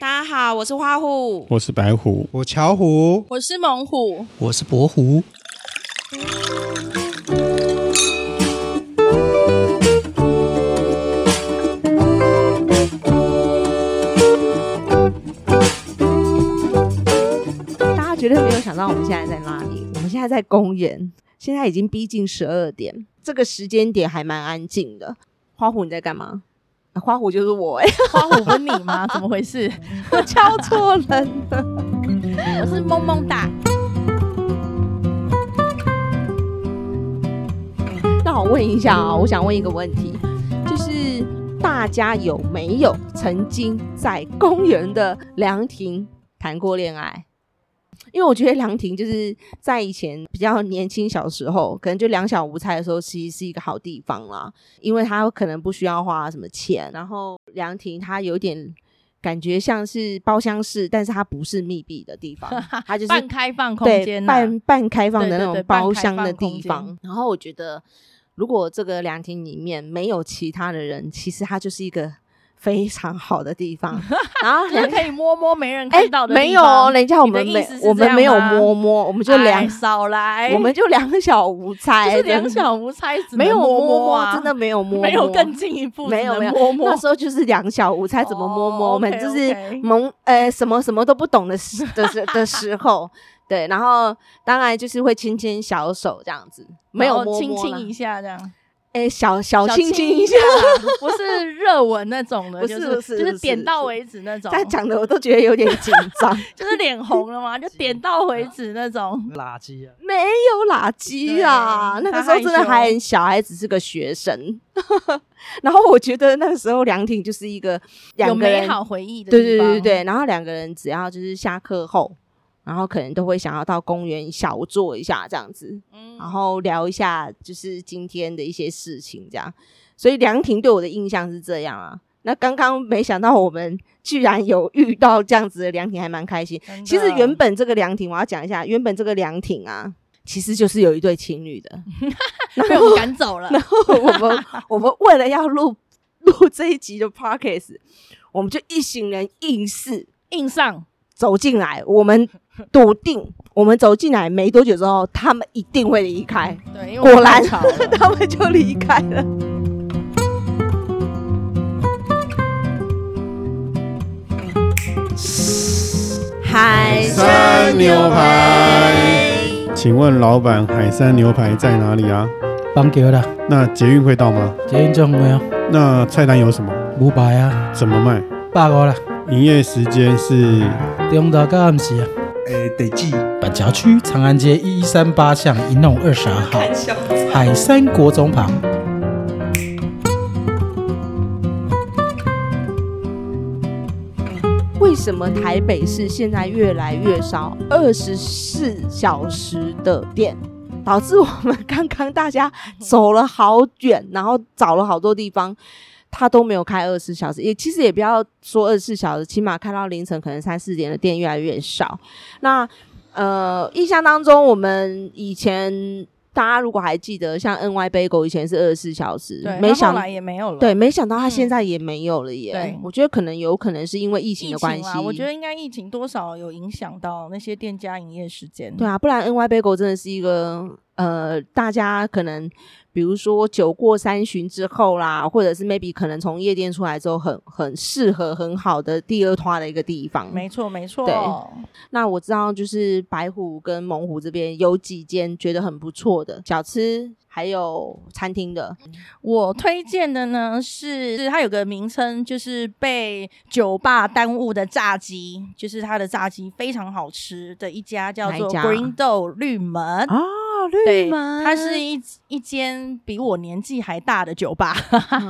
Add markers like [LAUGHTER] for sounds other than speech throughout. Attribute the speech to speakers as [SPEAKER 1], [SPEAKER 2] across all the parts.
[SPEAKER 1] 大家好，我是花虎。
[SPEAKER 2] 我是白虎，
[SPEAKER 3] 我巧虎，
[SPEAKER 4] 我是猛虎，
[SPEAKER 5] 我是博虎，
[SPEAKER 1] 大家绝对没有想到我们现在在哪里，我们现在在公园，现在已经逼近十二点，这个时间点还蛮安静的。花虎你在干嘛？啊花虎就是我哎、
[SPEAKER 4] [LAUGHS] 花虎不是你吗？怎么回事？
[SPEAKER 1] [LAUGHS] 我敲错人了。
[SPEAKER 4] 我是萌萌哒，
[SPEAKER 1] 那我问一下啊，我想问一个问题，就是大家有没有曾经在公园的凉亭谈过恋爱？因为我觉得凉亭就是在以前比较年轻小时候，可能就两小无猜的时候，其实是一个好地方啦，因为它可能不需要花什么钱，然后凉亭它有点。感觉像是包厢式，但是它不是密闭的地方，它就是
[SPEAKER 4] [LAUGHS] 半开放空
[SPEAKER 1] 对，
[SPEAKER 4] 间、啊，
[SPEAKER 1] 半半开放的
[SPEAKER 4] 对
[SPEAKER 1] 那
[SPEAKER 4] 对
[SPEAKER 1] 种
[SPEAKER 4] 对
[SPEAKER 1] 包
[SPEAKER 4] 半开
[SPEAKER 1] 厢的
[SPEAKER 4] 放空
[SPEAKER 1] 地
[SPEAKER 4] 间
[SPEAKER 1] 方。然后我觉得，如果这个凉亭里面没有其他的人，其实它就是一个 [LAUGHS] 非常好的地
[SPEAKER 4] [LAUGHS]
[SPEAKER 1] 方。然后
[SPEAKER 4] 就是
[SPEAKER 1] 人
[SPEAKER 4] 可以摸摸没人
[SPEAKER 1] 哎
[SPEAKER 4] 看到，的地
[SPEAKER 1] 没有
[SPEAKER 4] 方
[SPEAKER 1] 哦，人家我
[SPEAKER 4] 你的
[SPEAKER 1] 们
[SPEAKER 4] 意
[SPEAKER 1] 没
[SPEAKER 4] 思是
[SPEAKER 1] 我
[SPEAKER 4] 这
[SPEAKER 1] 们
[SPEAKER 4] 样
[SPEAKER 1] 没有
[SPEAKER 4] 吗
[SPEAKER 1] 摸摸，我们就两
[SPEAKER 4] 哎少来，
[SPEAKER 1] 我们就两小无
[SPEAKER 4] 就
[SPEAKER 1] 猜，
[SPEAKER 4] 是
[SPEAKER 1] 真的
[SPEAKER 4] 两小无猜，只能
[SPEAKER 1] 没有
[SPEAKER 4] 摸
[SPEAKER 1] 摸
[SPEAKER 4] 啊，
[SPEAKER 1] 真的没
[SPEAKER 4] [LAUGHS]
[SPEAKER 1] 有摸，
[SPEAKER 4] 没有更。进一步，
[SPEAKER 1] 没有
[SPEAKER 4] 只
[SPEAKER 1] 没
[SPEAKER 4] 能
[SPEAKER 1] 有
[SPEAKER 4] 摸
[SPEAKER 1] [LAUGHS] 那
[SPEAKER 4] 摸。
[SPEAKER 1] 时候就是两小无猜，怎么摸摸？
[SPEAKER 4] 哦
[SPEAKER 1] 我们就
[SPEAKER 4] OK，OK
[SPEAKER 1] 是懵呃什么什么都不懂的时的时的时候， [LAUGHS] 对，然后当然就是会牵牵小手这样子，没有
[SPEAKER 4] 然后
[SPEAKER 1] 摸
[SPEAKER 4] 亲
[SPEAKER 1] 摸啦
[SPEAKER 4] 亲一下这样，
[SPEAKER 1] 哎、小小亲
[SPEAKER 4] 亲
[SPEAKER 1] 一下。
[SPEAKER 4] 啦， [LAUGHS] 不是热吻那种的，
[SPEAKER 1] [LAUGHS] 不
[SPEAKER 4] 就是
[SPEAKER 1] 不是
[SPEAKER 4] 就
[SPEAKER 1] 不
[SPEAKER 4] 是
[SPEAKER 1] 是
[SPEAKER 4] 点
[SPEAKER 1] 不
[SPEAKER 4] 到
[SPEAKER 1] 是
[SPEAKER 4] 为止那种，
[SPEAKER 1] 他讲的我都觉得有点紧张，
[SPEAKER 4] [LAUGHS] 就是脸红了嘛，就点到为止那种。
[SPEAKER 5] 垃圾啊！
[SPEAKER 1] 没有垃圾啊！
[SPEAKER 4] 对
[SPEAKER 1] 那个时候真的还很小，还只是个
[SPEAKER 4] [LAUGHS]
[SPEAKER 1] 学生。然后我觉得那个时候凉亭就是一个
[SPEAKER 4] 有
[SPEAKER 1] 两个
[SPEAKER 4] 美
[SPEAKER 1] 人，
[SPEAKER 4] 好回忆的
[SPEAKER 1] 对
[SPEAKER 4] 地
[SPEAKER 1] 对对对
[SPEAKER 4] 方
[SPEAKER 1] 对，然后两个人只要就是下课后，然后可能都会想要到公园小坐一下这样子，
[SPEAKER 4] 嗯
[SPEAKER 1] 然后聊一下就是今天的一些事情，这样。所以凉亭对我的印象是这样啊。那刚刚没想到我们居然有遇到这样子的凉亭，还蛮开心。
[SPEAKER 4] 真
[SPEAKER 1] 其实
[SPEAKER 4] 的
[SPEAKER 1] 原本这个凉亭，我要讲一下，原本这个凉亭啊，其实就是有一对情侣的。 [LAUGHS]
[SPEAKER 4] [LAUGHS] 被我们赶走了，
[SPEAKER 1] 我们我们为了要录录这一集的 podcast，我们就一行人硬是
[SPEAKER 4] 硬上。
[SPEAKER 1] 走进来，我们笃定，我们走进来没多久之后，他们一定会离开。
[SPEAKER 4] 对，嗯因为我
[SPEAKER 1] 果
[SPEAKER 4] 们
[SPEAKER 1] 然
[SPEAKER 4] 太吵了
[SPEAKER 1] [LAUGHS] 他们就离开了。
[SPEAKER 4] 嗯
[SPEAKER 1] 海
[SPEAKER 3] 三牛排，
[SPEAKER 2] 请问老板，海山牛排在哪里啊？
[SPEAKER 5] 帮给啦，
[SPEAKER 2] 那捷运会到吗？
[SPEAKER 5] 捷运站有没有？
[SPEAKER 2] 那菜单有什么？
[SPEAKER 5] 五百啊，
[SPEAKER 2] 怎么卖？
[SPEAKER 5] 百五啦，
[SPEAKER 2] 营业时间是
[SPEAKER 5] 中昼到暗时啊。
[SPEAKER 3] 诶，得记
[SPEAKER 5] 板桥区长安街一一三八巷一弄二十二号，海山国中旁。
[SPEAKER 1] 为什么台北市现在越来越少二十四小时的店，导致我们刚刚大家走了好远，然后找了好多地方，它都没有开二十四小时。也其实也不要说二十四小时，起码开到凌晨可能三四点的店越来越少。那呃，印象当中，我们以前大家如果还记得，像 NY Bagel 以前是二十四小时
[SPEAKER 4] 对，，
[SPEAKER 1] 没
[SPEAKER 4] 那
[SPEAKER 1] 想
[SPEAKER 4] 后来也没有了。
[SPEAKER 1] 对，没想到它
[SPEAKER 4] 嗯
[SPEAKER 1] 现在也没有了耶。
[SPEAKER 4] 对
[SPEAKER 1] 我觉得可能有可能是因为疫情
[SPEAKER 4] 疫
[SPEAKER 1] 的
[SPEAKER 4] 情
[SPEAKER 1] 关
[SPEAKER 4] 啦，
[SPEAKER 1] 系。
[SPEAKER 4] 我觉得应该疫情多少有影响到那些店家营业时间。
[SPEAKER 1] 对啊，不然 NY Bagel 真的是一个呃，大家可能比如说酒过三巡之后啦，或者是 maybe 可能从夜店出来之后很很适合很好的第二团的一个地方。
[SPEAKER 4] 没错，没错。
[SPEAKER 1] 对那我知道就是白虎跟猛虎这边有几间觉得很不错的小吃，还有餐厅的。
[SPEAKER 4] 我推荐的呢是，是它有个名称，就是被酒吧耽误的炸鸡，就是它的炸鸡非常好吃的一家叫
[SPEAKER 1] 哪一
[SPEAKER 4] 做
[SPEAKER 1] 家
[SPEAKER 4] Green Dough 绿门
[SPEAKER 1] 啊，
[SPEAKER 4] 对，
[SPEAKER 1] 门
[SPEAKER 4] 它是一一间比我年纪还大的酒吧， [LAUGHS]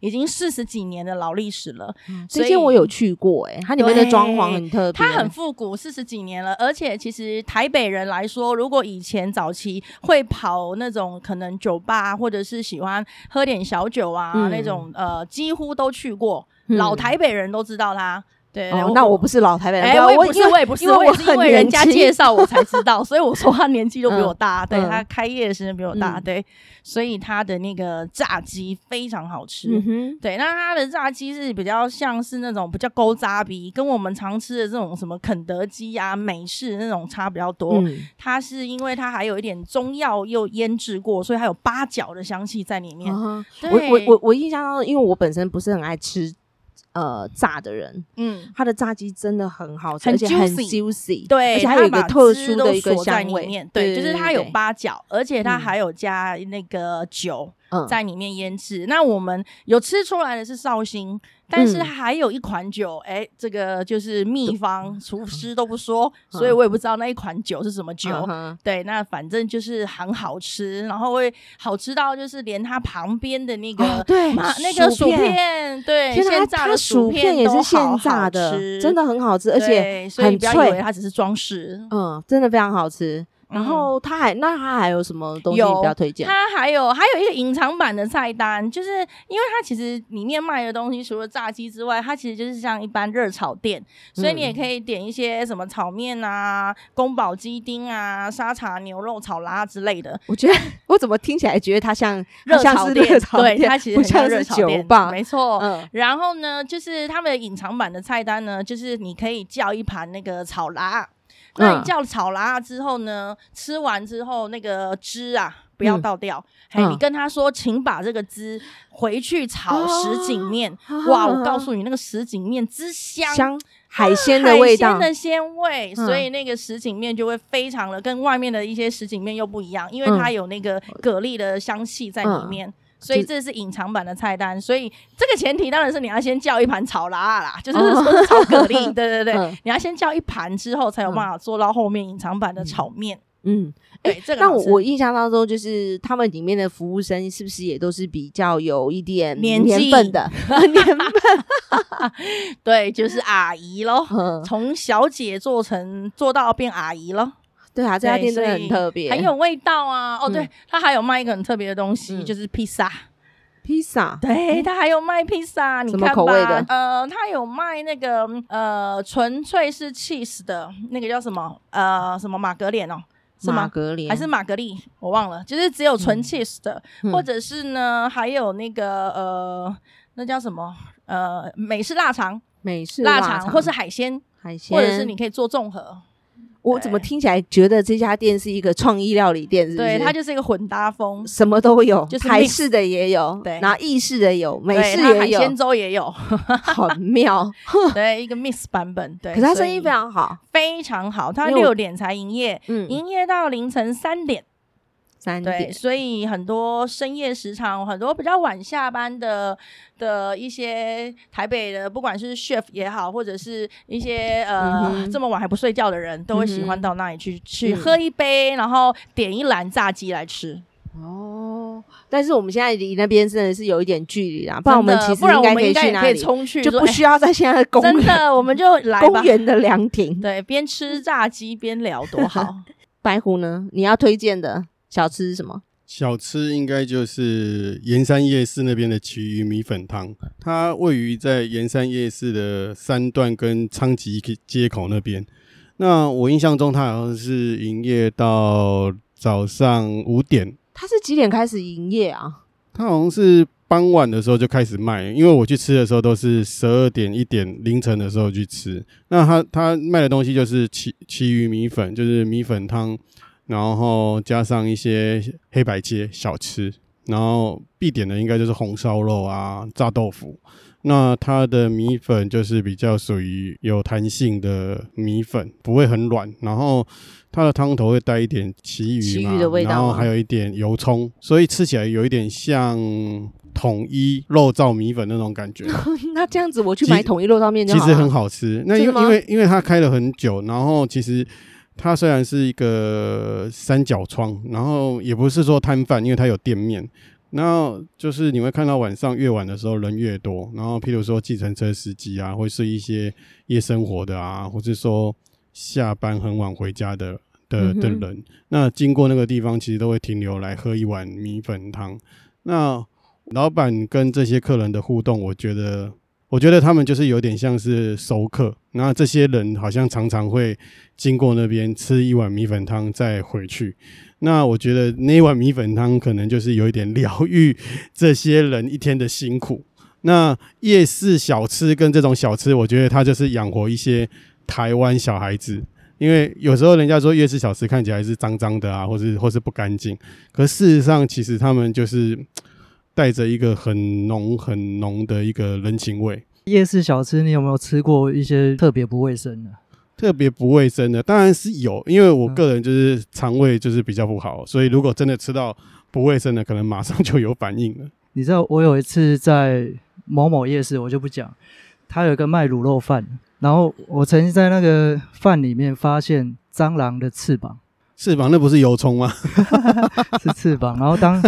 [SPEAKER 4] 已经四十几年的老历史了。所
[SPEAKER 1] 嗯这
[SPEAKER 4] 以
[SPEAKER 1] 间我有去过、欸，哎，它里面的装潢很特别，
[SPEAKER 4] 它很复古，呃啊四十几年了。而且其实台北人来说，如果以前早期会跑那种可能酒吧，或者是喜欢喝点小酒啊、
[SPEAKER 1] 嗯
[SPEAKER 4] 那种，呃，几乎都去过。
[SPEAKER 1] 嗯
[SPEAKER 4] 老台北人都知道它。对，
[SPEAKER 1] 哦，那我不是老台北人，
[SPEAKER 4] 哎，
[SPEAKER 1] 对啊
[SPEAKER 4] 我也不
[SPEAKER 1] 因
[SPEAKER 4] 是，
[SPEAKER 1] 为
[SPEAKER 4] 我也不是，
[SPEAKER 1] 因为
[SPEAKER 4] 我也是
[SPEAKER 1] 很
[SPEAKER 4] 因为人家
[SPEAKER 1] 年轻
[SPEAKER 4] 介绍我才知道， [LAUGHS] 所以我说他年纪都比我 [LAUGHS] 大，对
[SPEAKER 1] 嗯
[SPEAKER 4] 他开业的时间比我大，
[SPEAKER 1] 嗯
[SPEAKER 4] 对，所以他的那个炸鸡非常好吃。
[SPEAKER 1] [LAUGHS] 嗯哼，
[SPEAKER 4] 对，那它的炸鸡是比较像是那种比较勾扎鼻，跟我们常吃的这种什么肯德基啊、美式那种差比较多。
[SPEAKER 1] 嗯
[SPEAKER 4] 它是因为它还有一点中药又腌制过，所以它有八角的香气在里面。
[SPEAKER 1] 啊
[SPEAKER 4] 对
[SPEAKER 1] 我我我我印象当中，因为我本身不是很爱吃呃炸的人，
[SPEAKER 4] 嗯，
[SPEAKER 1] 它的炸鸡真的很好吃，
[SPEAKER 4] 很
[SPEAKER 1] 而且很
[SPEAKER 4] juicy
[SPEAKER 1] juicy，
[SPEAKER 4] 对，
[SPEAKER 1] 而且还有一
[SPEAKER 4] 它
[SPEAKER 1] 个
[SPEAKER 4] 把
[SPEAKER 1] 特
[SPEAKER 4] 汁
[SPEAKER 1] 殊
[SPEAKER 4] 都
[SPEAKER 1] 的一个
[SPEAKER 4] 锁在
[SPEAKER 1] 香
[SPEAKER 4] 里
[SPEAKER 1] 味
[SPEAKER 4] 面，对，就是它有，八角，而且它
[SPEAKER 1] 嗯
[SPEAKER 4] 还有加那个酒
[SPEAKER 1] 嗯
[SPEAKER 4] 在里面腌制。那我们有吃出来的是绍兴，但是
[SPEAKER 1] 嗯
[SPEAKER 4] 还有一款酒，哎、这个就是秘方，厨师都不说，所以我也不知道那一款酒是什么酒。
[SPEAKER 1] 嗯哼
[SPEAKER 4] 对，那反正就是很好吃，然后会好吃到就是连它旁边的那个、
[SPEAKER 1] 哦对
[SPEAKER 4] 麻那个薯
[SPEAKER 1] 薯片
[SPEAKER 4] 片，对，
[SPEAKER 1] 天哪，
[SPEAKER 4] 现炸
[SPEAKER 1] 它
[SPEAKER 4] 的
[SPEAKER 1] 它薯
[SPEAKER 4] 片
[SPEAKER 1] 也
[SPEAKER 4] 都
[SPEAKER 1] 是现
[SPEAKER 4] 好
[SPEAKER 1] 炸
[SPEAKER 4] 好
[SPEAKER 1] 的
[SPEAKER 4] 吃，
[SPEAKER 1] 真的很好吃，而且
[SPEAKER 4] 对所以你不要
[SPEAKER 1] 很
[SPEAKER 4] 以
[SPEAKER 1] 脆
[SPEAKER 4] 为它只是装饰。
[SPEAKER 1] 嗯，真的非常好吃。然
[SPEAKER 4] 嗯
[SPEAKER 1] 后它还那它还有什么东西
[SPEAKER 4] 有
[SPEAKER 1] 比较推荐？
[SPEAKER 4] 它还有还有一个隐藏版的菜单，就是因为它其实里面卖的东西除了炸鸡之外，它其实就是像一般热炒店，所以你也
[SPEAKER 1] 嗯
[SPEAKER 4] 可以点一些什么炒面啊、宫保鸡丁啊、沙茶牛肉炒拉之类的
[SPEAKER 1] [LAUGHS] 我觉得我怎么听起来觉得它像
[SPEAKER 4] [LAUGHS] 热
[SPEAKER 1] 它像
[SPEAKER 4] 炒
[SPEAKER 1] 是
[SPEAKER 4] 店。
[SPEAKER 1] 热炒
[SPEAKER 4] 对，
[SPEAKER 1] 店
[SPEAKER 4] 它其实
[SPEAKER 1] 不
[SPEAKER 4] 很像
[SPEAKER 1] 像
[SPEAKER 4] 热
[SPEAKER 1] 是
[SPEAKER 4] 炒
[SPEAKER 1] 酒
[SPEAKER 4] 店
[SPEAKER 1] 吧。
[SPEAKER 4] 没错。
[SPEAKER 1] 嗯
[SPEAKER 4] 然后呢，就是他们的隐藏版的菜单呢，就是你可以叫一盘那个炒拉。那你
[SPEAKER 1] 嗯
[SPEAKER 4] 叫炒拉之后呢，吃完之后那个汁啊，不要
[SPEAKER 1] 嗯
[SPEAKER 4] 倒掉。嘿，
[SPEAKER 1] 嗯
[SPEAKER 4] 你跟他说，请把这个汁回去炒什锦面。
[SPEAKER 1] 啊
[SPEAKER 4] 哇，我告诉你，那个什锦面之香。
[SPEAKER 1] 香海鲜的味道
[SPEAKER 4] 啊海鲜，的鲜味，
[SPEAKER 1] 嗯
[SPEAKER 4] 所以那个什锦面就会非常的跟外面的一些什锦面又不一样，因为
[SPEAKER 1] 嗯
[SPEAKER 4] 它有那个蛤蜊的香气在里面。所以这是隐藏版的菜单，所以这个前提当然是你要先叫一盘炒拉
[SPEAKER 1] [LAUGHS]
[SPEAKER 4] 啦，就是
[SPEAKER 1] 哦
[SPEAKER 4] 说炒蛤蜊，对对对，
[SPEAKER 1] 嗯
[SPEAKER 4] 你要先叫一盘之后才有办法做到后面隐藏版的炒面。
[SPEAKER 1] 嗯，
[SPEAKER 4] 对，这个
[SPEAKER 1] 那
[SPEAKER 4] 好
[SPEAKER 1] 我
[SPEAKER 4] 吃
[SPEAKER 1] 我印象当中，就是他们里面的服务生是不是也都是比较有一点
[SPEAKER 4] 年纪
[SPEAKER 1] 年
[SPEAKER 4] [LAUGHS]
[SPEAKER 1] 份的啊年
[SPEAKER 4] 对就是阿姨喽，
[SPEAKER 1] 份？
[SPEAKER 4] 从小姐做成做到变阿姨喽。
[SPEAKER 1] 对啊，这家
[SPEAKER 4] 对
[SPEAKER 1] 店真的
[SPEAKER 4] 所
[SPEAKER 1] 很
[SPEAKER 4] 以
[SPEAKER 1] 特别，
[SPEAKER 4] 很有味道啊！哦，
[SPEAKER 1] 嗯
[SPEAKER 4] 对，它还有卖一个很特别的东西，
[SPEAKER 1] 嗯
[SPEAKER 4] 就是披萨。
[SPEAKER 1] 披萨，
[SPEAKER 4] 对，它还有卖披萨，你
[SPEAKER 1] 嗯什
[SPEAKER 4] 看吧，
[SPEAKER 1] 么口味的
[SPEAKER 4] 呃，它有卖那个呃，纯粹是 cheese 的那个叫什么？呃，什么玛格莲哦？是
[SPEAKER 1] 马
[SPEAKER 4] 吗？
[SPEAKER 1] 格莲
[SPEAKER 4] 还是玛格丽？我忘了，就是只有纯 cheese 的，
[SPEAKER 1] 嗯
[SPEAKER 4] 或者是呢，还有那个呃，那叫什么？呃，美式腊肠、
[SPEAKER 1] 美式
[SPEAKER 4] 腊
[SPEAKER 1] 肠，
[SPEAKER 4] 或是海鲜，
[SPEAKER 1] 海鲜，
[SPEAKER 4] 或者是你可以做综合。
[SPEAKER 1] 我怎么听起来觉得这家店是一个创意料理店？是不是
[SPEAKER 4] 对，它就是一个混搭风。
[SPEAKER 1] 什么都有，
[SPEAKER 4] 就是
[SPEAKER 1] 台
[SPEAKER 4] mix
[SPEAKER 1] 式的也有，
[SPEAKER 4] 对
[SPEAKER 1] 然后意式的有，美
[SPEAKER 4] 对
[SPEAKER 1] 式
[SPEAKER 4] 它海
[SPEAKER 1] 也有
[SPEAKER 4] 鲜，粥也
[SPEAKER 1] [LAUGHS]
[SPEAKER 4] 有，
[SPEAKER 1] 很妙。
[SPEAKER 4] 对，一个 miss 版本， [LAUGHS] 对。
[SPEAKER 1] 可是它
[SPEAKER 4] 所
[SPEAKER 1] 生意
[SPEAKER 4] 以
[SPEAKER 1] 非常好，
[SPEAKER 4] 非常好，它
[SPEAKER 1] 因为我
[SPEAKER 4] 六点才营业，
[SPEAKER 1] 嗯，
[SPEAKER 4] 营业到凌晨三点。
[SPEAKER 1] 三
[SPEAKER 4] 对，
[SPEAKER 1] 点，
[SPEAKER 4] 所以很多深夜时长，很多比较晚下班的的一些台北的，不管是 chef 也好，或者是一些呃、
[SPEAKER 1] 嗯哼
[SPEAKER 4] 这么晚还不睡觉的人，都会喜
[SPEAKER 1] 嗯
[SPEAKER 4] 欢
[SPEAKER 1] 哼
[SPEAKER 4] 到那里去、去
[SPEAKER 1] 嗯
[SPEAKER 4] 喝一杯，然后点一篮炸鸡来吃。
[SPEAKER 1] 哦。但是我们现在离那边真的是有一点距离啦，不然我们
[SPEAKER 4] 真的
[SPEAKER 1] 其实
[SPEAKER 4] 不然
[SPEAKER 1] 应
[SPEAKER 4] 我
[SPEAKER 1] 该
[SPEAKER 4] 们
[SPEAKER 1] 可以
[SPEAKER 4] 应该
[SPEAKER 1] 去
[SPEAKER 4] 也
[SPEAKER 1] 哪
[SPEAKER 4] 可以
[SPEAKER 1] 里？
[SPEAKER 4] 冲去
[SPEAKER 1] 就
[SPEAKER 4] 说
[SPEAKER 1] 不需要在现在的公
[SPEAKER 4] 哎 [LAUGHS] 真
[SPEAKER 1] 园
[SPEAKER 4] 的，我们就来吧
[SPEAKER 1] 公。园的凉亭。
[SPEAKER 4] 对，边吃炸鸡边聊，多
[SPEAKER 1] [LAUGHS]
[SPEAKER 4] 好。
[SPEAKER 1] 白湖呢？你要推荐的小吃是什么？
[SPEAKER 2] 小吃应该就是盐山夜市那边的奇鱼米粉汤，它位于在盐山夜市的三段跟昌吉街口那边。那我印象中，它好像是营业到早上五点，
[SPEAKER 1] 它是几点开始营业啊？ [LAUGHS]
[SPEAKER 2] 它好像是傍晚的时候就开始卖，因为我去吃的时候都是十二点、一点、凌晨的时候去吃。那它它卖的东西就是奇奇鱼米粉，就是米粉汤，然后加上一些黑白切小吃，然后必点的应该就是红烧肉啊、炸豆腐。那它的米粉就是比较属于有弹性的米粉，不会很软，然后它的汤头会带一点奇
[SPEAKER 1] 旗
[SPEAKER 2] 鱼嘛，
[SPEAKER 1] 鱼的味道
[SPEAKER 2] 然后
[SPEAKER 1] 吗
[SPEAKER 2] 还有一点油葱，所以吃起来有一点像统一肉燥米粉那种感觉。
[SPEAKER 1] 那这样子我去
[SPEAKER 2] 其
[SPEAKER 1] 买统一肉燥面就
[SPEAKER 2] 其
[SPEAKER 1] 好
[SPEAKER 2] 实很
[SPEAKER 1] 了。
[SPEAKER 2] 好吃。那
[SPEAKER 1] 真
[SPEAKER 2] 因
[SPEAKER 1] 的
[SPEAKER 2] 为
[SPEAKER 1] 吗
[SPEAKER 2] 因为因为它开了很久，然后其实它虽然是一个三角窗，然后也不是说摊贩，因为它有店面。然后就是你会看到晚上越晚的时候人越多，然后譬如说计程车司机啊，或是一些夜生活的啊，或是说下班很晚回家的的的
[SPEAKER 1] 嗯哼
[SPEAKER 2] 人，那经过那个地方其实都会停留来喝一碗米粉汤。那老板跟这些客人的互动，我觉得我觉得他们就是有点像是熟客，那这些人好像常常会经过那边吃一碗米粉汤再回去。那我觉得那一碗米粉汤可能就是有一点疗愈这些人一天的辛苦。那夜市小吃跟这种小吃，我觉得它就是养活一些台湾小孩子，因为有时候人家说夜市小吃看起来是脏脏的啊，或是或是不干净，可事实上其实他们就是带着一个很浓很浓的一个人情味，
[SPEAKER 6] 夜市小吃，你有没有吃过一些特别不卫生的？
[SPEAKER 2] 特别不卫生的，当然是有，因为我个人就是肠胃就是比较不好，所以如果真的吃到不卫生的，可能马上就有反应
[SPEAKER 6] [LAUGHS]
[SPEAKER 2] 了。
[SPEAKER 6] 你知道我有一次在某某夜市，我就不讲，他有一个卖卤肉饭，然后我曾经在那个饭里面发现蟑螂的翅膀
[SPEAKER 2] 翅膀那不是油葱吗？ [LAUGHS]
[SPEAKER 6] 是翅膀，然后当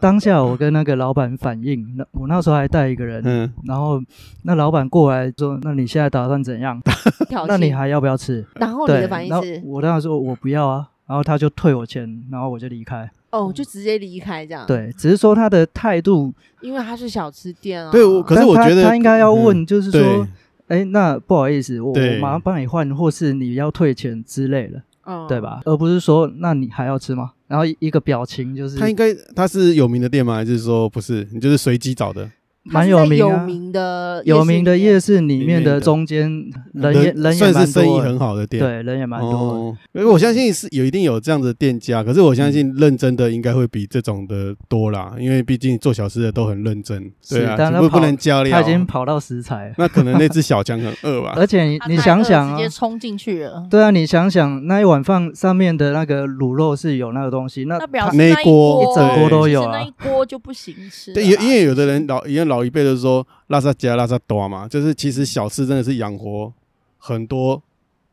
[SPEAKER 6] 当下我跟那个老板反映，那我那时候还带一个人，
[SPEAKER 2] 嗯，
[SPEAKER 6] 然后那老板过来说：“那你现在打算怎样？
[SPEAKER 1] 挑
[SPEAKER 6] 那你
[SPEAKER 1] 衅
[SPEAKER 6] 还要不要吃
[SPEAKER 1] 然？”后你
[SPEAKER 6] 对，
[SPEAKER 1] 的反
[SPEAKER 6] 然
[SPEAKER 1] 应
[SPEAKER 6] 后
[SPEAKER 1] 是
[SPEAKER 6] 我当然说我不要啊，然后他就退我钱，然后我就离开。
[SPEAKER 1] 哦，就直接离开这样。，
[SPEAKER 6] 对，只是说他的态度
[SPEAKER 1] 因为它是小吃店啊。
[SPEAKER 2] 对我可是
[SPEAKER 6] 但
[SPEAKER 2] 我
[SPEAKER 6] 他
[SPEAKER 2] 觉得
[SPEAKER 6] 他应该要
[SPEAKER 2] 嗯
[SPEAKER 6] 问，就是
[SPEAKER 2] 对
[SPEAKER 6] 说，，哎、那不好意思，我
[SPEAKER 2] 对
[SPEAKER 6] 我马上帮你换，或是你要退钱之类的，
[SPEAKER 1] 嗯
[SPEAKER 6] 对？吧？而不是说，那你还要吃吗？然后一一个表情就是
[SPEAKER 2] 他应该他是有名的店吗？还是说不是？你就是随机找的？
[SPEAKER 6] 蛮
[SPEAKER 1] 有
[SPEAKER 6] 名
[SPEAKER 1] 有
[SPEAKER 6] 啊，
[SPEAKER 1] 名的
[SPEAKER 6] 有名的
[SPEAKER 1] 夜
[SPEAKER 6] 夜
[SPEAKER 1] 市
[SPEAKER 6] 市里
[SPEAKER 2] 里
[SPEAKER 6] 面
[SPEAKER 2] 面的
[SPEAKER 6] 的中间人也人也
[SPEAKER 2] 算
[SPEAKER 6] 蛮
[SPEAKER 2] 是生意
[SPEAKER 6] 多的，
[SPEAKER 2] 很好的店，
[SPEAKER 6] 对，人也蛮多的。
[SPEAKER 2] 哦，因为我相信是有一定有这样的店家，可是我相信认真的应该会比这种的多啦，因为毕竟做小吃的都很认真，
[SPEAKER 6] 是
[SPEAKER 2] 对啊，
[SPEAKER 6] 但他
[SPEAKER 2] 只不过
[SPEAKER 6] 跑
[SPEAKER 2] 不能加料。
[SPEAKER 6] 他已经跑到食材了，
[SPEAKER 2] 那可能那只小强很饿吧？
[SPEAKER 6] 而且你
[SPEAKER 4] 他
[SPEAKER 6] 你
[SPEAKER 4] 哪
[SPEAKER 6] 想
[SPEAKER 4] 个
[SPEAKER 6] 想
[SPEAKER 4] 直
[SPEAKER 6] 啊，
[SPEAKER 4] 接冲进去了。
[SPEAKER 6] 对啊，你想想那一碗饭上面的那个卤肉是有那个东西，那
[SPEAKER 4] 那表
[SPEAKER 2] 他
[SPEAKER 4] 示
[SPEAKER 2] 那
[SPEAKER 4] 那
[SPEAKER 2] 一
[SPEAKER 4] 锅
[SPEAKER 2] 锅一整锅
[SPEAKER 6] 都有啊
[SPEAKER 4] 其实那一锅就不行吃了啦。
[SPEAKER 2] 对，有因为有的人老，因为老一辈都说拉萨加拉萨多嘛，就是其实小吃真的是养活很多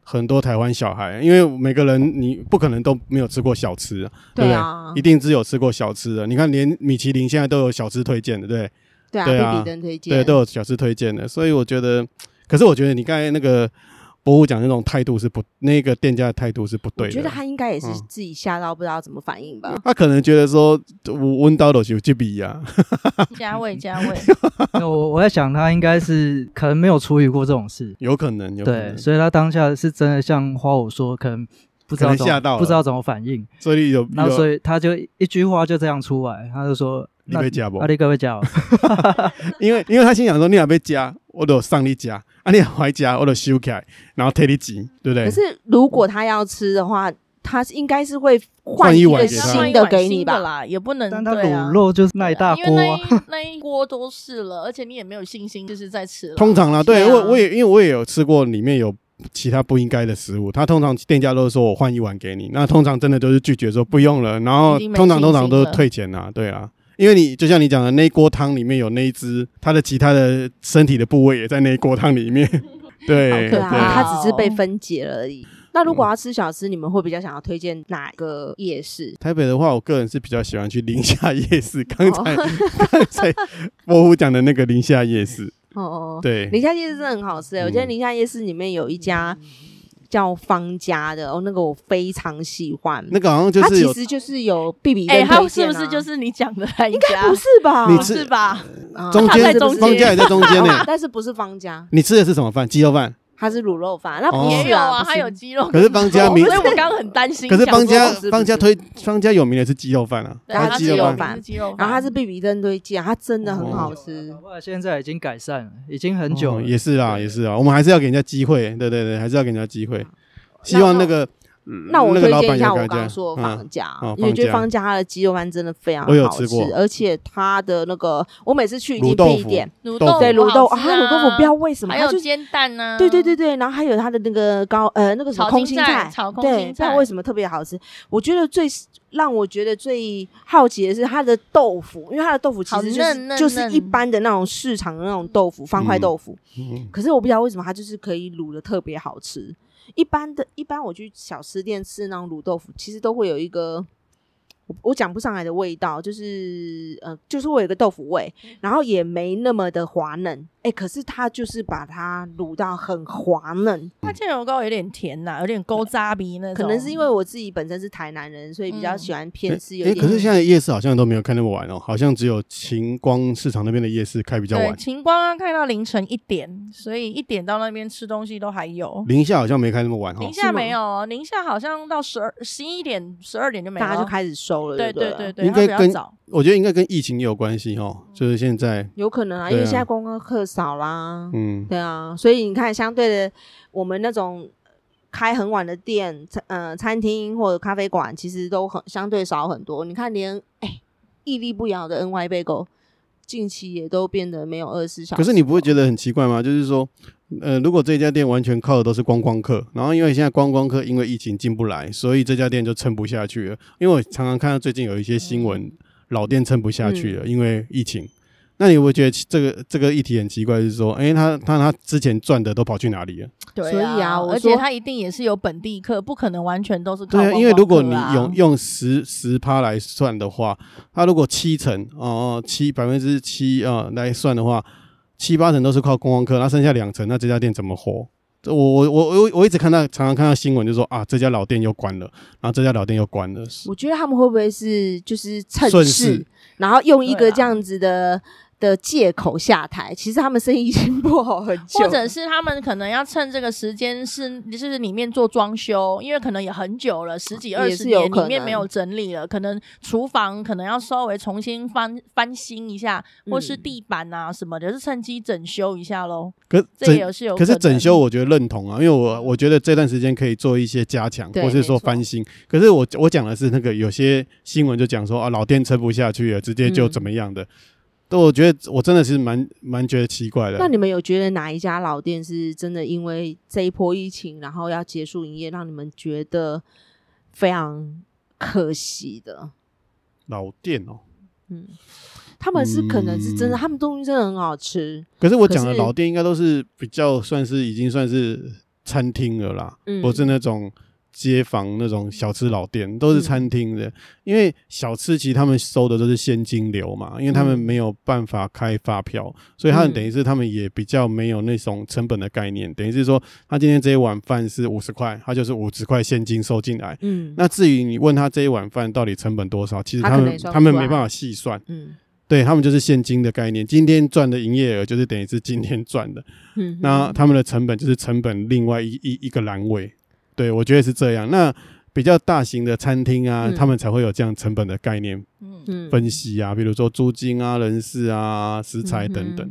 [SPEAKER 2] 很多台湾小孩，因为每个人你不可能都没有吃过小吃啊，对不
[SPEAKER 1] 对
[SPEAKER 2] 对？
[SPEAKER 1] 啊
[SPEAKER 2] 一，定只有吃过小吃的，你看连米其林现在都有小吃推荐的，对不对？
[SPEAKER 1] 对啊，
[SPEAKER 2] 对啊
[SPEAKER 1] 比比登推荐，
[SPEAKER 2] 对，都有小吃推荐的，所以我觉得，可是我觉得你刚才那个博物讲那种态度是不，那个店家的态度是不
[SPEAKER 1] 我
[SPEAKER 2] 对
[SPEAKER 1] 觉
[SPEAKER 2] 的
[SPEAKER 1] 得。他应该也是
[SPEAKER 2] 嗯
[SPEAKER 1] 自己吓到不知道怎么反应吧。
[SPEAKER 2] 他可能觉得说，我温刀都有这啊比呀，
[SPEAKER 4] 加味加味，
[SPEAKER 6] 那我我在想他应该是可能没有处理过这种事，
[SPEAKER 2] [LAUGHS] 有可能，有可
[SPEAKER 6] 对，
[SPEAKER 2] 能，
[SPEAKER 6] 所以他当下是真的像花舞说，可能不知
[SPEAKER 2] 可
[SPEAKER 6] 道
[SPEAKER 2] 能
[SPEAKER 6] 怎么
[SPEAKER 2] 吓到了
[SPEAKER 6] 不知道怎么反应，
[SPEAKER 2] 所以有
[SPEAKER 6] 然后
[SPEAKER 2] 有
[SPEAKER 6] 所以他就一句话就这样出来，他就说：“
[SPEAKER 2] 你被夹不
[SPEAKER 6] 阿？力哥被夹哦，
[SPEAKER 4] 嗯
[SPEAKER 2] 因为因为他心想说，你俩被夹，我都上你夹；啊，你俩怀夹，我都收起来，然后退你钱，对不
[SPEAKER 1] 可
[SPEAKER 2] 对？
[SPEAKER 1] 是如果他要吃的话，他是应该是会
[SPEAKER 2] 换
[SPEAKER 1] 换
[SPEAKER 2] 一
[SPEAKER 1] 一
[SPEAKER 2] 碗
[SPEAKER 1] 个
[SPEAKER 2] 给他
[SPEAKER 1] 新的给你
[SPEAKER 4] 吧
[SPEAKER 1] 吧？
[SPEAKER 4] 啦，也不能
[SPEAKER 6] 但他
[SPEAKER 4] 对啊
[SPEAKER 6] 卤肉就是那一大
[SPEAKER 4] 因
[SPEAKER 6] 锅
[SPEAKER 4] 为
[SPEAKER 6] 啊、
[SPEAKER 4] 那
[SPEAKER 6] [LAUGHS]
[SPEAKER 4] 一那一锅都是了，而且你也没有信心就是在吃了。
[SPEAKER 2] 通常啦，对
[SPEAKER 1] 对啊
[SPEAKER 2] 我我也因为我也有吃过里面有其他不应该的食物，他通常店家都是说我换一碗给你，那通常真的都是拒绝说不用了，然后
[SPEAKER 4] 已经没
[SPEAKER 2] 通常
[SPEAKER 4] 信心
[SPEAKER 2] 通常都是
[SPEAKER 4] 了
[SPEAKER 2] 退钱啊，对啊。因为你就像你讲的，那一锅汤里面有那一只，它的其他的身体的部位也在那一锅汤里面。 [LAUGHS] 对嗯
[SPEAKER 1] 对
[SPEAKER 4] 可
[SPEAKER 1] 啊，
[SPEAKER 4] 怕哦
[SPEAKER 2] 对，
[SPEAKER 1] 他只是被分解了而已。那如果要吃小吃，你们会比较想要推荐哪个夜市？
[SPEAKER 2] 台北的话，我个人是比较喜欢去宁夏夜市。刚才
[SPEAKER 1] 哦
[SPEAKER 2] [LAUGHS] 刚才模糊讲的那个宁夏夜市，
[SPEAKER 1] 哦哦，
[SPEAKER 2] 对，
[SPEAKER 1] 宁夏夜市真的很好吃、欸，我觉得
[SPEAKER 2] 嗯
[SPEAKER 1] 宁夏夜市里面有一家叫方家的，哦，那个我非常喜欢。
[SPEAKER 2] 那个好像就
[SPEAKER 1] 它
[SPEAKER 2] 是
[SPEAKER 1] 其
[SPEAKER 2] 有
[SPEAKER 1] 实就是有 B B
[SPEAKER 4] 哎，
[SPEAKER 1] 跟
[SPEAKER 4] 他
[SPEAKER 1] 推
[SPEAKER 4] 是
[SPEAKER 1] 荐啊
[SPEAKER 4] 不是就是你讲的那一
[SPEAKER 1] 应该
[SPEAKER 4] 家哦
[SPEAKER 1] 不是吧？
[SPEAKER 2] 你吃
[SPEAKER 4] 是吧？
[SPEAKER 1] 啊
[SPEAKER 2] 中
[SPEAKER 4] 它
[SPEAKER 2] 间
[SPEAKER 4] 在中间
[SPEAKER 2] 方家也在中间呢、
[SPEAKER 1] 哦 [LAUGHS] 但是不是方家，
[SPEAKER 2] 你吃的是什么饭？鸡肉饭？
[SPEAKER 1] 它是卤肉饭，那
[SPEAKER 2] 哦
[SPEAKER 1] 不
[SPEAKER 4] 也
[SPEAKER 1] 是
[SPEAKER 4] 有
[SPEAKER 1] 啊，
[SPEAKER 4] 啊，
[SPEAKER 1] 不是
[SPEAKER 4] 他有鸡肉跟
[SPEAKER 2] 可
[SPEAKER 4] 肉，
[SPEAKER 2] 是方家名
[SPEAKER 4] 所以我刚刚很担心。
[SPEAKER 2] 可是邦家
[SPEAKER 1] 不是不是
[SPEAKER 2] 邦家推邦家有名的是鸡肉饭啊，
[SPEAKER 4] 对啊
[SPEAKER 1] 它
[SPEAKER 4] 它
[SPEAKER 2] 鸡
[SPEAKER 1] 是
[SPEAKER 4] 是
[SPEAKER 2] 肉
[SPEAKER 1] 有
[SPEAKER 4] 有
[SPEAKER 2] 饭
[SPEAKER 1] 饭
[SPEAKER 4] 名是鸡肉饭，
[SPEAKER 1] 然后它是必比登推荐，它真的很好吃
[SPEAKER 6] 搞。
[SPEAKER 4] 嗯
[SPEAKER 6] 不好现在已经改善了，已经很久
[SPEAKER 2] 哦
[SPEAKER 6] 了。
[SPEAKER 2] 也是啊，也是啊，我们还是要给人家机会，对对对，还是要给人家机会。希
[SPEAKER 1] 那
[SPEAKER 2] 望
[SPEAKER 1] 那
[SPEAKER 2] 那个
[SPEAKER 1] 哦那我
[SPEAKER 2] 嗯那个
[SPEAKER 1] 推
[SPEAKER 2] 老
[SPEAKER 1] 荐
[SPEAKER 2] 板
[SPEAKER 1] 一下
[SPEAKER 2] 有
[SPEAKER 1] 我
[SPEAKER 2] 改
[SPEAKER 1] 刚
[SPEAKER 2] 家
[SPEAKER 1] 刚说的
[SPEAKER 2] 啊
[SPEAKER 1] 方，家
[SPEAKER 2] 哦，
[SPEAKER 1] 因为
[SPEAKER 2] 方
[SPEAKER 1] 觉得
[SPEAKER 2] 家
[SPEAKER 1] 方家它的鸡肉饭真的非常
[SPEAKER 2] 我有
[SPEAKER 1] 好
[SPEAKER 2] 吃过
[SPEAKER 1] 而且它的那个我每次去已经
[SPEAKER 2] 卤豆
[SPEAKER 1] 必
[SPEAKER 2] 腐
[SPEAKER 1] 点，
[SPEAKER 4] 卤
[SPEAKER 2] 豆腐
[SPEAKER 4] 豆
[SPEAKER 1] 对卤豆
[SPEAKER 4] 腐
[SPEAKER 1] 啊，
[SPEAKER 4] 好吃啊
[SPEAKER 1] 它卤豆腐不知道为什么，
[SPEAKER 4] 还
[SPEAKER 1] 它
[SPEAKER 4] 有
[SPEAKER 1] 就
[SPEAKER 4] 煎蛋呢。
[SPEAKER 1] 对对对对，然后还有它的那个高呃那个什么
[SPEAKER 4] 啊炒
[SPEAKER 1] 空
[SPEAKER 4] 青
[SPEAKER 1] 心
[SPEAKER 4] 菜
[SPEAKER 1] 菜，
[SPEAKER 4] 炒空
[SPEAKER 1] 对，
[SPEAKER 4] 心
[SPEAKER 1] 不知道
[SPEAKER 4] 菜
[SPEAKER 1] 为什么特别好吃。我觉得最让我觉得最好奇的是它的豆腐，因为它的豆腐其
[SPEAKER 4] 好
[SPEAKER 1] 实就是
[SPEAKER 4] 嫩嫩
[SPEAKER 1] 就是一
[SPEAKER 4] 嫩
[SPEAKER 1] 般的那种市场的那种豆腐，方块
[SPEAKER 2] 嗯
[SPEAKER 1] 豆腐。
[SPEAKER 2] 嗯
[SPEAKER 1] 可是我不知道为什么它就是可以卤的特别好吃。一般的，一般我去小吃店吃那种卤豆腐，其实都会有一个我我讲不上
[SPEAKER 4] 嗯
[SPEAKER 1] 来的味道，就是呃，就是会有一个豆腐味，然后也没那么的滑嫩，哎，可是他就是把它卤到很滑嫩，
[SPEAKER 4] 它酱油膏有点甜呐、有点勾渣鼻那种，
[SPEAKER 1] 可能是因为我自己本身是台南人，所以比较
[SPEAKER 4] 嗯
[SPEAKER 1] 喜欢
[SPEAKER 2] 哎
[SPEAKER 1] 偏吃有
[SPEAKER 2] 哎，
[SPEAKER 1] 一
[SPEAKER 2] 可
[SPEAKER 1] 点。
[SPEAKER 2] 是现在夜市好像都没有开那么晚哦，好像只有晴光市场那边的夜市开比较
[SPEAKER 4] 对
[SPEAKER 2] 晚，
[SPEAKER 4] 晴光啊，看到凌晨一点，所以一点到那边吃东西都还有。
[SPEAKER 2] 宁夏好像没开那么晚哈
[SPEAKER 4] 宁。
[SPEAKER 1] 是
[SPEAKER 4] 夏
[SPEAKER 1] 吗
[SPEAKER 4] 没有哦，宁夏好像到十二十一点、十二点就没了。
[SPEAKER 1] 大家就开始收了，
[SPEAKER 4] 对
[SPEAKER 1] 对
[SPEAKER 4] 对对，
[SPEAKER 1] 不
[SPEAKER 4] 对，
[SPEAKER 2] 应
[SPEAKER 4] 它
[SPEAKER 2] 该
[SPEAKER 4] 比较
[SPEAKER 2] 跟
[SPEAKER 4] 早。
[SPEAKER 2] 我觉得应该跟疫情也有关系哦，就是现在，
[SPEAKER 1] 有可能啊，
[SPEAKER 2] 对
[SPEAKER 1] 因为
[SPEAKER 2] 啊
[SPEAKER 1] 现在观光客少啦，
[SPEAKER 2] 嗯，
[SPEAKER 1] 对啊，所以你看，相对的，我们那种呃开很晚的店，餐呃，餐厅或者咖啡馆，其实都很相对少很多。你看连，哎屹立不摇的 NY 贝狗，近期也都变得没有二十四小时。
[SPEAKER 2] 可是你不会觉
[SPEAKER 1] 得？
[SPEAKER 2] 得很奇怪吗？就是说，呃，如果这家店完全靠的都是观光客，然后因为现在观光客因为疫情进不来，所以这家店就撑不下去了。因为我常常看到最近有一些新闻，老店撑不下去了，因为疫情。那你会不会觉得这个这个议题很奇怪？就是说，哎、他他他之前赚的都跑去哪里了？
[SPEAKER 4] 对、
[SPEAKER 1] 所以啊我
[SPEAKER 4] 而且
[SPEAKER 1] 说
[SPEAKER 4] 它一定也是有本地客，不可能完全都是靠
[SPEAKER 2] 对
[SPEAKER 4] 观
[SPEAKER 2] 啊，
[SPEAKER 4] 光
[SPEAKER 2] 因为如果你
[SPEAKER 4] 客啊
[SPEAKER 2] 用用十十趴来算的话，它如果七成哦哦七百分之七啊来算的话，七八成都是靠观光客，那剩下两成，那这家店怎么活？这我我我我我一直看到常常看到新闻，就说啊这家老店又关了，然后这家老店又关了，
[SPEAKER 1] 我觉得他们会不会是就是趁
[SPEAKER 2] 顺势
[SPEAKER 1] 势，然后用一
[SPEAKER 4] 对
[SPEAKER 1] 个
[SPEAKER 4] 啊
[SPEAKER 1] 这样子的、的借口下台？其实他们生意已经不好很久了，
[SPEAKER 4] 或者是他们可能要趁这个时间是就是里面做装修，因为可能也很久了，十几二
[SPEAKER 1] 也
[SPEAKER 4] 十
[SPEAKER 1] 是有
[SPEAKER 4] 年
[SPEAKER 1] 可
[SPEAKER 4] 里面没
[SPEAKER 1] 能
[SPEAKER 4] 有整理了，可能厨房可能要稍微重新翻翻新一下，或是
[SPEAKER 1] 嗯
[SPEAKER 4] 地板啊什么的，就是趁机整修一下喽。
[SPEAKER 2] 可
[SPEAKER 4] 这
[SPEAKER 2] 整
[SPEAKER 4] 也是有
[SPEAKER 2] 可是
[SPEAKER 4] 能
[SPEAKER 2] 整修，我觉得认同啊，因为我我觉得这段时间可以做一些加强，
[SPEAKER 1] 对
[SPEAKER 2] 或是说
[SPEAKER 1] 没错
[SPEAKER 2] 翻新。可是我我讲的是那个有些新闻就讲说啊，老店撑不下去了，直接就
[SPEAKER 1] 嗯
[SPEAKER 2] 怎么样的。但我觉得我真的是蛮蛮觉得奇怪的。
[SPEAKER 1] 那你们有觉得哪一家老店是真的因为这一波疫情，然后要结束营业，让你们觉得非常可惜的？
[SPEAKER 2] 老店哦，
[SPEAKER 1] 嗯，他们是可能是真的，
[SPEAKER 2] 嗯
[SPEAKER 1] 他们东西真的很好吃。
[SPEAKER 2] 可是我讲的
[SPEAKER 1] 可是
[SPEAKER 2] 老店应该都是比较算是已经算是餐厅了啦，
[SPEAKER 1] 嗯，
[SPEAKER 2] 不是那种街坊那种小吃老店，都
[SPEAKER 1] 嗯
[SPEAKER 2] 是餐厅的。因为小吃其实他们收的都是现金流嘛，因为他们
[SPEAKER 1] 嗯
[SPEAKER 2] 没有办法开发票，所以他们
[SPEAKER 1] 嗯
[SPEAKER 2] 等于是他们也比较没有那种成本的概念，等于是说他今天这一碗饭是五十块，他就是五十块现金收进来。
[SPEAKER 1] 嗯
[SPEAKER 2] 那至于你问他这一碗饭到底成本多少，其实
[SPEAKER 1] 他
[SPEAKER 2] 他
[SPEAKER 1] 可
[SPEAKER 2] 们
[SPEAKER 1] 能也算不
[SPEAKER 2] 他们
[SPEAKER 1] 出
[SPEAKER 2] 没
[SPEAKER 1] 来
[SPEAKER 2] 办法细算，
[SPEAKER 1] 嗯
[SPEAKER 2] 对他们就是现金的概念，今天赚的营业额就是等于是今天赚的。
[SPEAKER 1] 嗯，
[SPEAKER 2] 那他们的成本就是成本另外一一一个栏位。对，我觉得是这样。那比较大型的餐厅啊，
[SPEAKER 1] 嗯
[SPEAKER 2] 他们才会有这样成本的概念
[SPEAKER 4] 嗯，
[SPEAKER 1] 嗯
[SPEAKER 2] 分析啊，比如说租金啊、人事啊、食材等等。。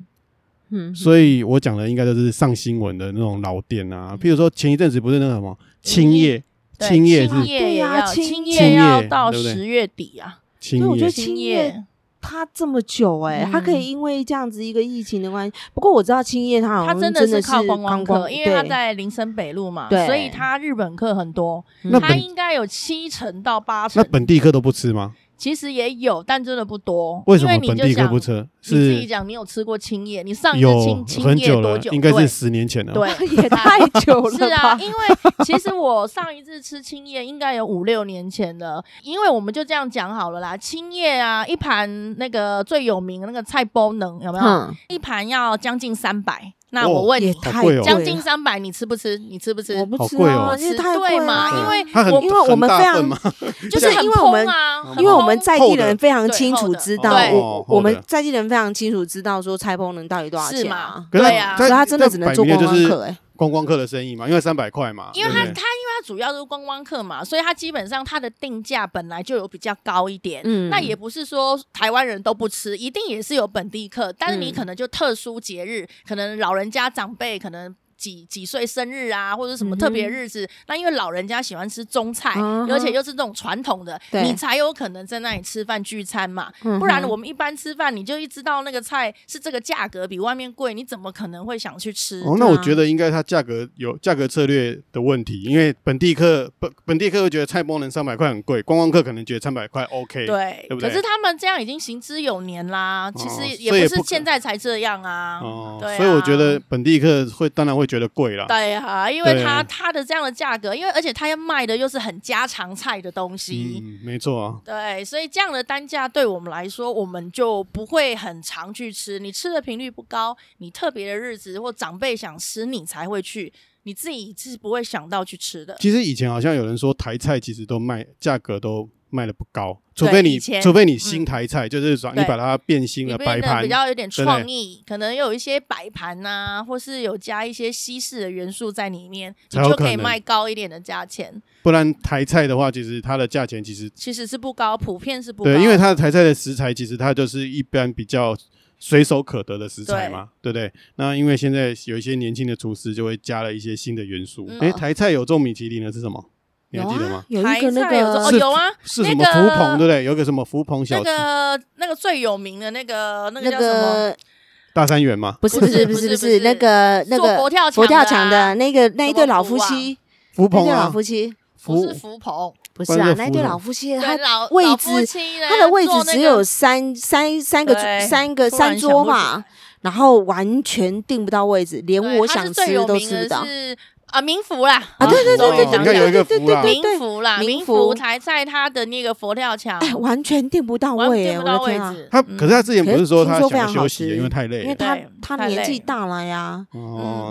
[SPEAKER 1] 嗯哼，
[SPEAKER 2] 所以我讲的应该都是上新闻的那种老店啊，譬如说前一阵子不是那个什么青叶，
[SPEAKER 4] 嗯对
[SPEAKER 2] 青叶是
[SPEAKER 4] 青叶
[SPEAKER 1] 对
[SPEAKER 4] 也
[SPEAKER 1] 呀
[SPEAKER 4] 要
[SPEAKER 1] 青
[SPEAKER 4] 青
[SPEAKER 1] 叶
[SPEAKER 4] 叶要
[SPEAKER 2] 对
[SPEAKER 4] 到
[SPEAKER 2] 不对
[SPEAKER 4] 十月底啊，
[SPEAKER 2] 青
[SPEAKER 1] 对我觉
[SPEAKER 2] 叶
[SPEAKER 1] 得，青叶他这么久哎、他
[SPEAKER 2] 嗯
[SPEAKER 1] 可以因为这样子一个疫情的关系，不过我知道青叶他好
[SPEAKER 4] 它
[SPEAKER 1] 像
[SPEAKER 4] 真
[SPEAKER 1] 的
[SPEAKER 4] 是靠观
[SPEAKER 1] 观
[SPEAKER 4] 光客，因为它
[SPEAKER 1] [LAUGHS]
[SPEAKER 4] 在林森北路嘛，所以
[SPEAKER 1] 对
[SPEAKER 4] 它日本客很多，
[SPEAKER 2] 那
[SPEAKER 4] 它
[SPEAKER 2] 本
[SPEAKER 4] 应该有七成到八成
[SPEAKER 2] 那。本地客都不吃吗？
[SPEAKER 4] 其实也有，但真的不多。
[SPEAKER 2] 为什么
[SPEAKER 4] 因
[SPEAKER 2] 本
[SPEAKER 4] 你就
[SPEAKER 2] 地客
[SPEAKER 4] 想
[SPEAKER 2] 不吃？
[SPEAKER 4] 你自己
[SPEAKER 2] 是
[SPEAKER 4] 讲，你有吃过青叶？你上一次
[SPEAKER 2] 有
[SPEAKER 4] 青青
[SPEAKER 2] 很
[SPEAKER 4] 叶
[SPEAKER 2] 久
[SPEAKER 4] 多
[SPEAKER 2] 了，
[SPEAKER 4] 久？
[SPEAKER 2] 应该
[SPEAKER 4] 对
[SPEAKER 2] 是十年前了。
[SPEAKER 4] 对，
[SPEAKER 1] 也太久了
[SPEAKER 4] 是
[SPEAKER 1] 吧？
[SPEAKER 4] 啊，因为其实我上一次吃青叶应该有五六年前了，因为我们就这样讲好了啦。青叶啊，一盘那个最有名的那个菜包能有没有？
[SPEAKER 1] 嗯，
[SPEAKER 4] 一盘要将近三百。那
[SPEAKER 2] 哦
[SPEAKER 4] 我问你，
[SPEAKER 2] 好贵哦
[SPEAKER 4] 将近三百你吃不吃？你吃不吃？
[SPEAKER 1] 我不
[SPEAKER 2] 好
[SPEAKER 1] 知道
[SPEAKER 2] 贵
[SPEAKER 1] 啊，
[SPEAKER 2] 哦
[SPEAKER 1] 因为太贵
[SPEAKER 4] 对嘛
[SPEAKER 1] 了
[SPEAKER 4] 啊因为
[SPEAKER 2] 它很
[SPEAKER 1] 我因为我
[SPEAKER 2] 很
[SPEAKER 1] 们
[SPEAKER 2] 大
[SPEAKER 1] 非常
[SPEAKER 2] 份吗
[SPEAKER 4] 就是
[SPEAKER 1] 就是
[SPEAKER 4] 很
[SPEAKER 1] 因为我们
[SPEAKER 4] 蓬啊，很
[SPEAKER 1] 因为我们
[SPEAKER 4] 蓬
[SPEAKER 1] 在地人非常
[SPEAKER 4] 对
[SPEAKER 1] 清
[SPEAKER 4] 厚
[SPEAKER 1] 楚
[SPEAKER 4] 的
[SPEAKER 1] 知道，
[SPEAKER 4] 对
[SPEAKER 1] 我我
[SPEAKER 2] 哦厚的
[SPEAKER 1] 们在地人非常清楚知道说拆崩能到底多少
[SPEAKER 4] 是
[SPEAKER 1] 钱
[SPEAKER 4] 嘛
[SPEAKER 1] 啊？？
[SPEAKER 2] 可是
[SPEAKER 4] 对啊
[SPEAKER 2] 在
[SPEAKER 1] 所以他真的
[SPEAKER 2] 这
[SPEAKER 1] 只能做
[SPEAKER 2] 摆
[SPEAKER 1] 观
[SPEAKER 2] 明了
[SPEAKER 1] 光
[SPEAKER 2] 就是
[SPEAKER 1] 客哎，
[SPEAKER 2] 观光客的生意嘛，因为三百块嘛，
[SPEAKER 4] 因为
[SPEAKER 2] 对
[SPEAKER 4] 它它
[SPEAKER 2] 不
[SPEAKER 4] 因为
[SPEAKER 2] 对
[SPEAKER 4] 它主要都是观光客嘛，所以它基本上它的定价本来就有比较高一点。
[SPEAKER 1] 嗯
[SPEAKER 4] 那也不是说台湾人都不吃，一定也是有本地客，但是你
[SPEAKER 1] 嗯
[SPEAKER 4] 可能就特殊节日，可能老人家长辈可能。几几岁生日啊，或者什么特别
[SPEAKER 1] 嗯哼
[SPEAKER 4] 日子，那因为老人家喜欢吃中菜，
[SPEAKER 1] 啊哈
[SPEAKER 4] 而且又是这种传统的，
[SPEAKER 1] 对嗯
[SPEAKER 4] 你才有可能在那里吃饭聚餐嘛。不
[SPEAKER 1] 不
[SPEAKER 4] 然我们一般吃饭，你就一知道那个菜是这个价格比外面贵，你怎么可能会想去吃？
[SPEAKER 2] 哦，那我觉得应该它价格有价格策略的问题，因为本地客本本地客会觉得菜包能三百块很贵，观光客可能觉得三百块 OK。，
[SPEAKER 4] 对，啊
[SPEAKER 2] 对不
[SPEAKER 4] 可
[SPEAKER 2] 对
[SPEAKER 4] 是他们这样已经行之有年啦，其
[SPEAKER 2] 哦
[SPEAKER 4] 实
[SPEAKER 2] 所以
[SPEAKER 4] 也
[SPEAKER 2] 也
[SPEAKER 4] 不
[SPEAKER 2] 不
[SPEAKER 4] 是
[SPEAKER 2] 可
[SPEAKER 4] 现在才这样啊。
[SPEAKER 2] 哦，
[SPEAKER 4] 对啊
[SPEAKER 2] 所以我觉得本地客会当然会觉得贵啦。
[SPEAKER 4] 对啊，因为
[SPEAKER 2] 对
[SPEAKER 4] 它它的这样的价格，因为而且它要卖的又是很家常菜的东西，
[SPEAKER 2] 嗯，没错啊，
[SPEAKER 4] 对，所以这样的单价对我们来说，我们就不会很常去吃。你吃的频率不高，你特别的日子或长辈想吃，你才会去，你自己是不会想到去吃的。
[SPEAKER 2] 其实以前好像有人说台菜其实都卖价格都卖的不高，除
[SPEAKER 4] 对
[SPEAKER 2] 非你
[SPEAKER 4] 以前
[SPEAKER 2] 除非你新台菜，就是说你
[SPEAKER 4] 对
[SPEAKER 2] 把它变新
[SPEAKER 4] 里
[SPEAKER 2] 了
[SPEAKER 4] 面
[SPEAKER 2] 摆
[SPEAKER 4] 的
[SPEAKER 2] 盘
[SPEAKER 4] 比，较有点
[SPEAKER 2] 对
[SPEAKER 4] 创意，可能有一些摆盘呐、或是有加一些西式的元素在里面，你
[SPEAKER 2] 才有
[SPEAKER 4] 就
[SPEAKER 2] 可
[SPEAKER 4] 可以
[SPEAKER 2] 能
[SPEAKER 4] 卖高一点的价钱。
[SPEAKER 2] 不然台菜的话，其实它的价钱其实
[SPEAKER 4] 其实是不高，普遍是不高。
[SPEAKER 2] 对，因为它的台菜的食材其实它就是一般比较随手可得的食材嘛，对不对？那因为现在有一些年轻的厨师就会加了一些新的元素。
[SPEAKER 4] 嗯
[SPEAKER 2] 哎、台菜有中米其林的是什么？你还
[SPEAKER 1] 有
[SPEAKER 2] 记得吗
[SPEAKER 4] [LAUGHS]
[SPEAKER 1] 啊？，有一
[SPEAKER 4] 台
[SPEAKER 1] 个那
[SPEAKER 4] 菜有
[SPEAKER 1] 个
[SPEAKER 4] 哦
[SPEAKER 2] 是
[SPEAKER 4] 有啊，
[SPEAKER 2] 是什么
[SPEAKER 4] 那
[SPEAKER 2] 福
[SPEAKER 4] 个
[SPEAKER 2] 鹏对不对？有个什么福鹏
[SPEAKER 4] 那
[SPEAKER 2] 小吃、
[SPEAKER 4] 个那个最有名的那个那个
[SPEAKER 1] 那
[SPEAKER 4] 叫什么？
[SPEAKER 1] 个
[SPEAKER 2] 大三元嘛？
[SPEAKER 1] 不是
[SPEAKER 4] 不
[SPEAKER 1] 不
[SPEAKER 4] 是
[SPEAKER 1] 是不
[SPEAKER 4] 不
[SPEAKER 1] 是不
[SPEAKER 4] 是不是
[SPEAKER 1] 是那个那
[SPEAKER 4] 做
[SPEAKER 1] 个
[SPEAKER 4] 佛跳墙
[SPEAKER 1] 佛跳
[SPEAKER 4] 的
[SPEAKER 1] 墙
[SPEAKER 4] 啊
[SPEAKER 1] 的那个那一
[SPEAKER 4] 什
[SPEAKER 1] 对
[SPEAKER 4] 么
[SPEAKER 1] 老
[SPEAKER 4] 福
[SPEAKER 1] 夫
[SPEAKER 4] 啊
[SPEAKER 1] 妻，
[SPEAKER 2] 福
[SPEAKER 1] 那
[SPEAKER 2] 鹏
[SPEAKER 1] 对老
[SPEAKER 2] 啊，
[SPEAKER 1] 夫妻
[SPEAKER 4] 不
[SPEAKER 2] 福
[SPEAKER 4] 是福鹏，
[SPEAKER 2] 不
[SPEAKER 1] 不是
[SPEAKER 2] 然
[SPEAKER 1] 啊，
[SPEAKER 2] 是
[SPEAKER 1] 那一
[SPEAKER 2] 福
[SPEAKER 1] 对
[SPEAKER 2] 的
[SPEAKER 1] 老夫妻，
[SPEAKER 4] 对
[SPEAKER 1] 他
[SPEAKER 4] 老
[SPEAKER 1] 位
[SPEAKER 4] 老
[SPEAKER 1] 置
[SPEAKER 4] 夫妻呢
[SPEAKER 1] 他的位置
[SPEAKER 4] 做那
[SPEAKER 1] 只
[SPEAKER 4] 个
[SPEAKER 1] 有三三三个
[SPEAKER 4] 对
[SPEAKER 1] 三个
[SPEAKER 4] 突然
[SPEAKER 1] 三桌
[SPEAKER 4] 想
[SPEAKER 1] 嘛，然后完全订不到位置，连
[SPEAKER 4] 对
[SPEAKER 1] 我
[SPEAKER 4] 它是
[SPEAKER 1] 想
[SPEAKER 4] 最
[SPEAKER 1] 吃
[SPEAKER 4] 有
[SPEAKER 1] 都
[SPEAKER 4] 名
[SPEAKER 1] 吃
[SPEAKER 4] 的
[SPEAKER 1] 不到。
[SPEAKER 4] 是啊，民福啦
[SPEAKER 1] 啊，对对对对
[SPEAKER 2] 哦
[SPEAKER 1] 对，
[SPEAKER 2] 你看有一个
[SPEAKER 1] 对
[SPEAKER 2] 福
[SPEAKER 1] 对
[SPEAKER 2] 啦
[SPEAKER 1] 对
[SPEAKER 4] 民
[SPEAKER 1] 对对，
[SPEAKER 4] 福啦，
[SPEAKER 1] 民
[SPEAKER 4] 民
[SPEAKER 1] 福
[SPEAKER 4] 福才在它的那个佛跳
[SPEAKER 1] [LAUGHS]
[SPEAKER 4] 墙，
[SPEAKER 1] 哎，完全订不到
[SPEAKER 4] 完
[SPEAKER 1] 位
[SPEAKER 4] 全
[SPEAKER 1] 耶，
[SPEAKER 4] 不
[SPEAKER 1] 我
[SPEAKER 4] 到
[SPEAKER 1] 的
[SPEAKER 4] 位
[SPEAKER 1] 天啊！
[SPEAKER 4] 置。
[SPEAKER 2] 他
[SPEAKER 4] 嗯
[SPEAKER 2] 可是他之前不是说他
[SPEAKER 1] 听说非
[SPEAKER 2] 想
[SPEAKER 1] 常
[SPEAKER 2] 休
[SPEAKER 1] 好
[SPEAKER 2] 息
[SPEAKER 1] 吃
[SPEAKER 2] 的，因为太累
[SPEAKER 1] 因为
[SPEAKER 2] 了。
[SPEAKER 1] 他
[SPEAKER 4] 对
[SPEAKER 1] 他
[SPEAKER 4] 太
[SPEAKER 1] 年
[SPEAKER 4] 累
[SPEAKER 1] 纪
[SPEAKER 4] 了
[SPEAKER 1] 大了呀，
[SPEAKER 2] 哦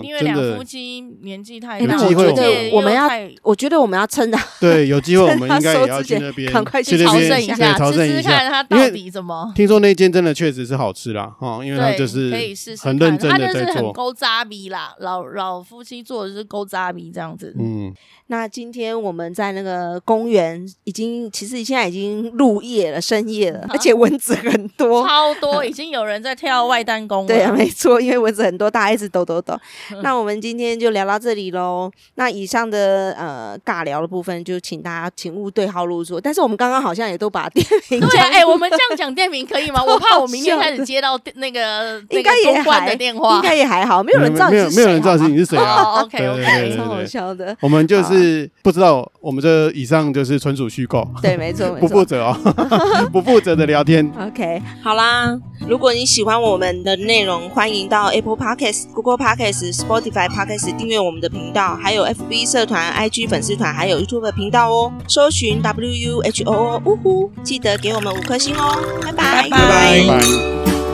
[SPEAKER 4] 嗯，，因为
[SPEAKER 2] 真
[SPEAKER 4] 两
[SPEAKER 2] 的
[SPEAKER 4] 夫妻年纪太
[SPEAKER 1] 哎
[SPEAKER 4] 大，
[SPEAKER 1] 那
[SPEAKER 2] 有机会哦
[SPEAKER 1] 我
[SPEAKER 2] 我们
[SPEAKER 1] 觉得我们要我觉得我们要趁着
[SPEAKER 2] 对，有
[SPEAKER 4] [LAUGHS]
[SPEAKER 2] 机会我们应该也要
[SPEAKER 1] 趁他收之
[SPEAKER 2] 去
[SPEAKER 1] 前
[SPEAKER 2] 那边，
[SPEAKER 1] 赶快去
[SPEAKER 2] 那
[SPEAKER 4] 朝
[SPEAKER 1] 朝
[SPEAKER 2] 边
[SPEAKER 4] 圣
[SPEAKER 1] 圣
[SPEAKER 4] 一
[SPEAKER 1] 一
[SPEAKER 4] 下，
[SPEAKER 2] 对朝
[SPEAKER 4] 吃
[SPEAKER 2] 圣
[SPEAKER 4] 吃
[SPEAKER 2] 一下。
[SPEAKER 4] 看它
[SPEAKER 2] 因
[SPEAKER 4] 到
[SPEAKER 2] 为
[SPEAKER 4] 底怎么。
[SPEAKER 2] 听说那间真的确实是好吃啦，哈，因为它
[SPEAKER 4] 对，
[SPEAKER 2] 就是
[SPEAKER 4] 可以试试
[SPEAKER 2] 很
[SPEAKER 4] 看
[SPEAKER 2] 认真
[SPEAKER 4] 它
[SPEAKER 2] 的
[SPEAKER 4] 就
[SPEAKER 2] 在
[SPEAKER 4] 是很
[SPEAKER 2] 做，
[SPEAKER 4] 勾扎比啦，老老夫妻做的就是勾扎比这样子。
[SPEAKER 2] 嗯，
[SPEAKER 1] 那今天我们在那个公园，已经其实现在已经入夜了，深夜了，而且蚊子很多。
[SPEAKER 4] 嗯超
[SPEAKER 1] [LAUGHS]
[SPEAKER 4] 多，已经有人在跳外弹弓了。
[SPEAKER 1] 对啊，没错，因为蚊子很多，大家一直抖抖
[SPEAKER 4] [LAUGHS]
[SPEAKER 1] 抖。那我们今天就聊到这里喽。那以上的呃尬聊的部分，就请大家请勿对号入座。但是我们刚刚好像也都把店名
[SPEAKER 4] 对
[SPEAKER 1] 讲
[SPEAKER 4] 啊，哎、我们这样讲店名可以吗？我怕我明天开始接到电那个 [LAUGHS] 那个
[SPEAKER 1] 应该也
[SPEAKER 4] 公关的
[SPEAKER 1] 还
[SPEAKER 4] 电话。
[SPEAKER 1] 应该也还好，没有人知道
[SPEAKER 2] 没
[SPEAKER 1] 你
[SPEAKER 2] 有
[SPEAKER 1] 是
[SPEAKER 2] 没有人知道
[SPEAKER 1] 谁
[SPEAKER 2] 是你是谁啊，
[SPEAKER 4] 哦，OK
[SPEAKER 2] 对对
[SPEAKER 4] OK，
[SPEAKER 2] 对
[SPEAKER 1] 好不好超好笑的。
[SPEAKER 2] [LAUGHS] 我们就是不知道，我们这以上就是纯属虚构，
[SPEAKER 1] 对，没错，没
[SPEAKER 2] 不负
[SPEAKER 1] 错。
[SPEAKER 2] 责哦， [LAUGHS] 不负责的聊天，
[SPEAKER 1] OK，好啦，如果你喜欢我们的内容，欢迎到 Apple Podcast、Google Podcast、Spotify Podcast 订阅我们的频道，还有 FB 社团、IG 粉丝团，还有 YouTube 频道哦。搜寻 W U H O O，呜呼，记得给我们五颗星哦，拜拜
[SPEAKER 4] 拜拜
[SPEAKER 2] 拜拜。